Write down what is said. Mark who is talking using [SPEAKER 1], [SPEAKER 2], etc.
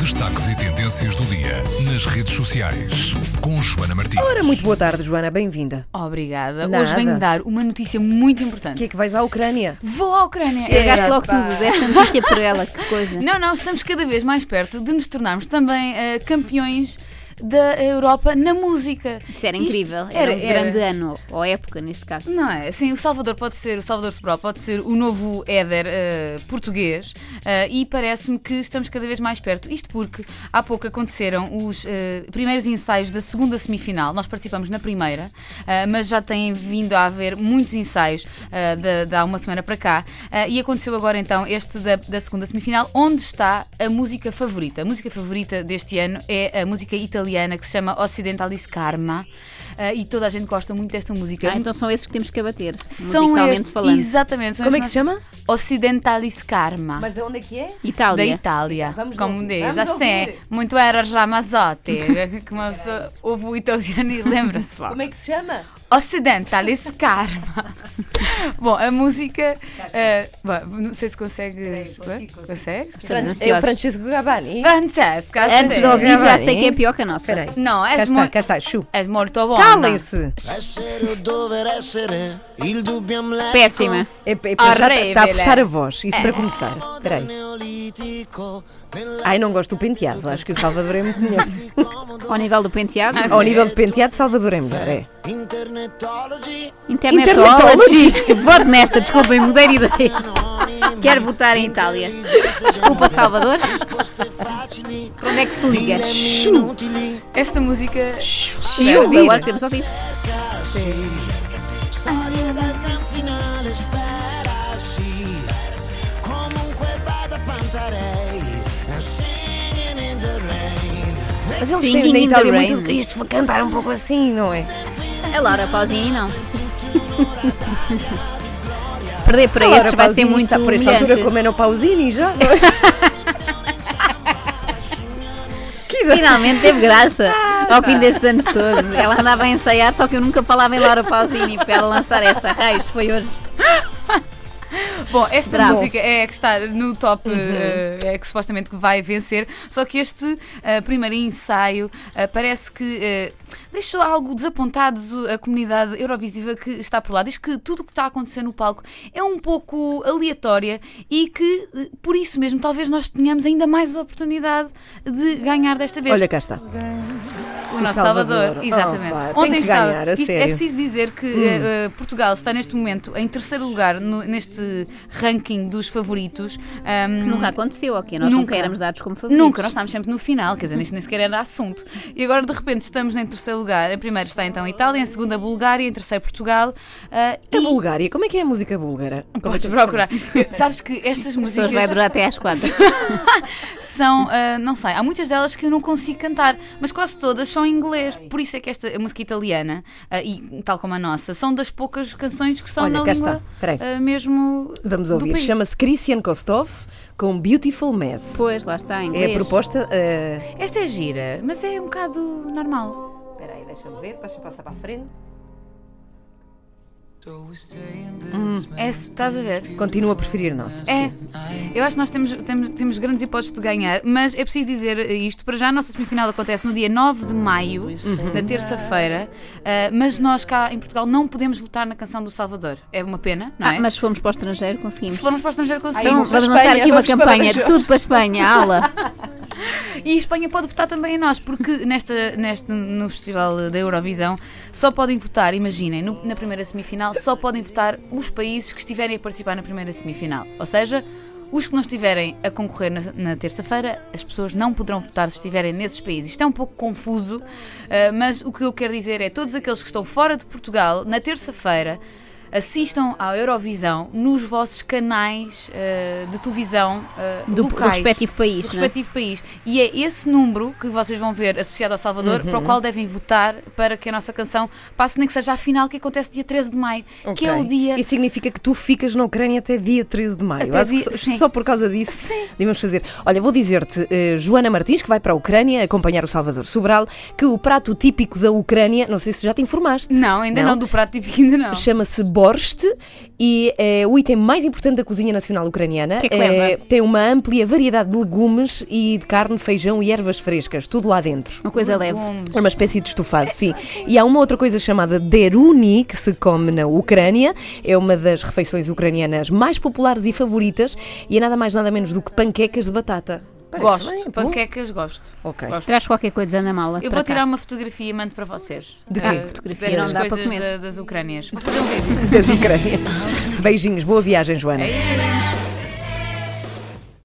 [SPEAKER 1] destaques e tendências do dia nas redes sociais com Joana Martins.
[SPEAKER 2] Ora, muito boa tarde, Joana, bem-vinda.
[SPEAKER 3] Obrigada.
[SPEAKER 2] Nada.
[SPEAKER 3] Hoje venho dar uma notícia muito
[SPEAKER 2] O
[SPEAKER 3] importante.
[SPEAKER 2] que é que vais à Ucrânia?
[SPEAKER 3] Vou à Ucrânia.
[SPEAKER 4] Pegaste
[SPEAKER 3] É,
[SPEAKER 4] logo
[SPEAKER 3] pá.
[SPEAKER 4] tudo, desta notícia por ela, que coisa.
[SPEAKER 3] Não, não, estamos cada vez mais perto de nos tornarmos também eh, campeões da Europa na música.
[SPEAKER 4] Isso era
[SPEAKER 3] Isto
[SPEAKER 4] incrível, era,
[SPEAKER 3] era-
[SPEAKER 4] um
[SPEAKER 3] era.
[SPEAKER 4] grande ano, ou época neste caso. Ah,
[SPEAKER 3] Não é? Sim, o Salvador pode ser, o Salvador Sobral pode ser o novo éder eh, português eh, e parece-me que estamos cada vez mais perto. Isto porque há pouco aconteceram os eh, primeiros ensaios da segunda semifinal. Nós participamos na primeira, eh, mas já têm vindo a haver muitos ensaios eh, da- de há uma semana para cá. Eh, e aconteceu agora então este da, da segunda semifinal, onde está a música favorita. A música favorita deste ano é a música italiana que se chama Occidentalis Karma. eh, e toda a gente gosta muito desta música
[SPEAKER 4] Ah, então são esses que temos que abater,
[SPEAKER 3] são
[SPEAKER 4] musicalmente
[SPEAKER 3] estes,
[SPEAKER 4] falando.
[SPEAKER 3] exatamente. São
[SPEAKER 2] Como é que
[SPEAKER 3] estes
[SPEAKER 2] se chama?
[SPEAKER 3] nós- Occidentalis Karma.
[SPEAKER 2] Mas de onde é que é?
[SPEAKER 3] da
[SPEAKER 4] Itália.
[SPEAKER 3] Itália,
[SPEAKER 2] Vamos
[SPEAKER 3] como
[SPEAKER 2] ouvir,
[SPEAKER 3] diz,
[SPEAKER 2] vamos
[SPEAKER 3] assim,
[SPEAKER 2] ouvir.
[SPEAKER 3] muito era Ramazzotti, que uma pessoa ouve o italiano e lembra-se lá.
[SPEAKER 2] Como é que se chama?
[SPEAKER 3] Ah, Occidentalis Karma. Bom, a música,
[SPEAKER 2] Tá
[SPEAKER 3] eh, bom, não sei se consegues, consegues?
[SPEAKER 4] Estamos
[SPEAKER 2] É o
[SPEAKER 4] ansiosos.
[SPEAKER 2] Francisco
[SPEAKER 3] Ah,
[SPEAKER 2] Gabani.
[SPEAKER 3] Francesca,
[SPEAKER 4] Antes de
[SPEAKER 3] sim.
[SPEAKER 4] ouvir, já sei
[SPEAKER 2] Gabani.
[SPEAKER 4] que é pior que a nossa.
[SPEAKER 2] Espera aí.
[SPEAKER 3] não,
[SPEAKER 2] Cá
[SPEAKER 3] és,
[SPEAKER 2] está,
[SPEAKER 3] mo-
[SPEAKER 2] cá está, chu.
[SPEAKER 3] és muito bom.
[SPEAKER 2] Calem-se!
[SPEAKER 5] Essere o dover essere, il dubbio amletico
[SPEAKER 4] Péssima.
[SPEAKER 2] É, é, para já está
[SPEAKER 3] Horrível,
[SPEAKER 2] está a fechar
[SPEAKER 3] é.
[SPEAKER 2] a voz, isso para começar. Espera aí.
[SPEAKER 5] neolitico nella
[SPEAKER 2] Ai, não gosto do penteado, acho que o Salvador é muito melhor.
[SPEAKER 4] Ao nível do penteado,
[SPEAKER 2] Ao nível de penteado, Salvador é melhor, é.
[SPEAKER 5] internetology
[SPEAKER 4] internetology.
[SPEAKER 2] Internetology.
[SPEAKER 4] Vote nesta, desculpem, mudei de ideias. Quero votar em Itália. Desculpa, Salvador.
[SPEAKER 5] risposte facili,
[SPEAKER 4] Para onde é que se liga?
[SPEAKER 5] dilemmi inutili,
[SPEAKER 3] Esta música
[SPEAKER 2] Quer
[SPEAKER 4] Eu,
[SPEAKER 2] ouvir?
[SPEAKER 4] agora queremos ouvir.
[SPEAKER 5] storie dal gran finale spera sì, comunque vada Pantarei, I'm singing in the rain.
[SPEAKER 2] Mas eles têm
[SPEAKER 4] Singing
[SPEAKER 2] na
[SPEAKER 4] in the
[SPEAKER 2] Itália
[SPEAKER 4] rain.
[SPEAKER 2] muito isto, vou cantar um pouco assim, não é?
[SPEAKER 4] A Laura Pausini não. Perder para
[SPEAKER 2] Agora,
[SPEAKER 4] estes vai ser
[SPEAKER 2] Pausini
[SPEAKER 4] muito
[SPEAKER 2] está por esta altura
[SPEAKER 4] humilhante.
[SPEAKER 2] com a menopausini já, não é? que idade.
[SPEAKER 4] Finalmente teve graça.
[SPEAKER 3] Ah, tá.
[SPEAKER 4] Ao fim destes anos todos. Ela andava a ensaiar, só que eu nunca falava em Laura Pausini para ela lançar esta. Raios, foi hoje.
[SPEAKER 3] Bom, esta
[SPEAKER 4] Bravo.
[SPEAKER 3] música é a que está no top, eh, é que supostamente que vai vencer, só que este eh, primeiro ensaio eh, parece que eh, deixou algo desapontados o- a comunidade Eurovisiva que está por lá. Diz que tudo o que está a acontecer no palco é um pouco aleatória e que, eh, por isso mesmo, talvez nós tenhamos ainda mais oportunidade de ganhar desta vez.
[SPEAKER 2] Olha cá está.
[SPEAKER 3] O nosso
[SPEAKER 2] Salvador.
[SPEAKER 3] Salvador,
[SPEAKER 2] Oh,
[SPEAKER 3] exatamente.
[SPEAKER 2] pá, tem
[SPEAKER 3] Ontem
[SPEAKER 2] que
[SPEAKER 3] estava.
[SPEAKER 2] ganhar, a
[SPEAKER 3] isto
[SPEAKER 2] sério. Hum.
[SPEAKER 3] É preciso dizer que eh, eh, Portugal está neste momento em terceiro lugar no- neste ranking dos favoritos. Ahm,
[SPEAKER 4] Nunca aconteceu, ok? Nós nunca,
[SPEAKER 3] Hum. Nunca.
[SPEAKER 4] éramos dados como favoritos.
[SPEAKER 3] Nunca, nós estávamos sempre no final, quer dizer, isto nem sequer era assunto. E agora de repente estamos em terceiro lugar. Em primeiro está então a Itália, em segundo a Bulgária, em terceiro Portugal. ah,
[SPEAKER 2] A
[SPEAKER 3] e
[SPEAKER 2] Bulgária, como é que é a música búlgara? Como é que
[SPEAKER 3] podes
[SPEAKER 2] é?
[SPEAKER 3] procurar. Sabes que estas
[SPEAKER 4] As pessoas vai
[SPEAKER 3] músicas
[SPEAKER 4] durar até às quatro.
[SPEAKER 3] são, ah, não sei, há muitas delas que eu não consigo cantar, mas quase todas são em inglês. Por isso é que esta música italiana, ah, e tal como a nossa, são das poucas canções que são
[SPEAKER 2] Olha,
[SPEAKER 3] na
[SPEAKER 2] cá
[SPEAKER 3] língua
[SPEAKER 2] está. Espera aí.
[SPEAKER 3] ah, mesmo
[SPEAKER 2] Vamos
[SPEAKER 3] do
[SPEAKER 2] ouvir.
[SPEAKER 3] país.
[SPEAKER 2] Chama-se Christian Kostov com Beautiful Mess.
[SPEAKER 4] Pois, lá está, em
[SPEAKER 2] É
[SPEAKER 4] inglês.
[SPEAKER 2] a proposta. eh,
[SPEAKER 3] Esta é gira, mas é um bocado normal.
[SPEAKER 2] Espera aí, deixa-me ver, deixa-me passar para a frente.
[SPEAKER 3] É, estás a ver?
[SPEAKER 2] Continuo a preferir a nossa.
[SPEAKER 3] É. Eu acho que nós temos, temos, temos grandes hipóteses de ganhar, mas é preciso dizer isto para já. A nossa semifinal acontece no dia 9 de maio,
[SPEAKER 2] Uhum.
[SPEAKER 3] na terça-feira, ah, mas nós cá em Portugal não podemos votar na canção do Salvador. É uma pena, não
[SPEAKER 4] Ah,
[SPEAKER 3] é?
[SPEAKER 4] mas se formos para o estrangeiro, conseguimos.
[SPEAKER 3] Se formos para o estrangeiro, conseguimos.
[SPEAKER 4] Então,
[SPEAKER 2] vamos para
[SPEAKER 4] vamos
[SPEAKER 2] Espanha,
[SPEAKER 4] lançar aqui uma
[SPEAKER 2] vamos para
[SPEAKER 4] campanha.
[SPEAKER 2] Badajoz.
[SPEAKER 4] Tudo para a Espanha, aula.
[SPEAKER 3] E a Espanha pode votar também a nós, porque nesta, neste, no Festival da Eurovisão só podem votar, imaginem, no- na primeira semifinal, só podem votar os países que estiverem a participar na primeira semifinal. Ou seja, os que não estiverem a concorrer na, na terça-feira, as pessoas não poderão votar se estiverem nesses países. Isto é um pouco confuso, eh, mas o que eu quero dizer é todos aqueles que estão fora de Portugal, na terça-feira, assistam à Eurovisão nos vossos canais eh, de televisão eh,
[SPEAKER 4] Do, do
[SPEAKER 3] locais
[SPEAKER 4] respectivo país,
[SPEAKER 3] do
[SPEAKER 4] não é?
[SPEAKER 3] respectivo país. E é esse número que vocês vão ver associado ao Salvador para
[SPEAKER 2] Uhum.
[SPEAKER 3] o qual devem votar para que a nossa canção passe, nem que seja à final que acontece dia 13 de maio, que é o
[SPEAKER 2] Ok.
[SPEAKER 3] dia.
[SPEAKER 2] Isso significa que tu ficas na Ucrânia até dia 13 de maio.
[SPEAKER 3] Até
[SPEAKER 2] Acho
[SPEAKER 3] dia-
[SPEAKER 2] que só,
[SPEAKER 3] sim.
[SPEAKER 2] só por causa disso devíamos fazer. Olha, vou dizer-te, eh, Joana Martins, que vai para a Ucrânia acompanhar o Salvador Sobral, que o prato típico da Ucrânia, não sei se já te informaste.
[SPEAKER 3] Não, ainda não, do prato típico, ainda não.
[SPEAKER 2] Chama-se borscht e é o item mais importante da cozinha nacional ucraniana.
[SPEAKER 4] Que é que
[SPEAKER 2] É,
[SPEAKER 4] leva?
[SPEAKER 2] tem uma ampla variedade de legumes e de carne, feijão e ervas frescas, tudo lá dentro.
[SPEAKER 4] Uma coisa leve.
[SPEAKER 2] É uma espécie de estufado, sim. E há uma outra coisa chamada deruni, que se come na Ucrânia. É uma das refeições ucranianas mais populares e favoritas. E é nada mais nada menos do que panquecas de batata. Parece
[SPEAKER 3] Gosto,
[SPEAKER 2] bem, é bom.
[SPEAKER 3] panquecas gosto.
[SPEAKER 2] Ok.
[SPEAKER 3] Gosto.
[SPEAKER 4] Traz qualquer coisa na mala.
[SPEAKER 3] Eu
[SPEAKER 4] para
[SPEAKER 3] vou
[SPEAKER 4] cá.
[SPEAKER 3] tirar uma fotografia e mando para vocês.
[SPEAKER 2] De quê?
[SPEAKER 3] Eh,
[SPEAKER 4] Fotografia
[SPEAKER 3] Destas
[SPEAKER 4] não dá para
[SPEAKER 3] coisas eh,
[SPEAKER 4] comer.
[SPEAKER 3] da- das Ucrânias. Vou fazer um vídeo.
[SPEAKER 2] Das Ucrânias. Beijinhos, boa viagem, Joana.
[SPEAKER 3] É isso.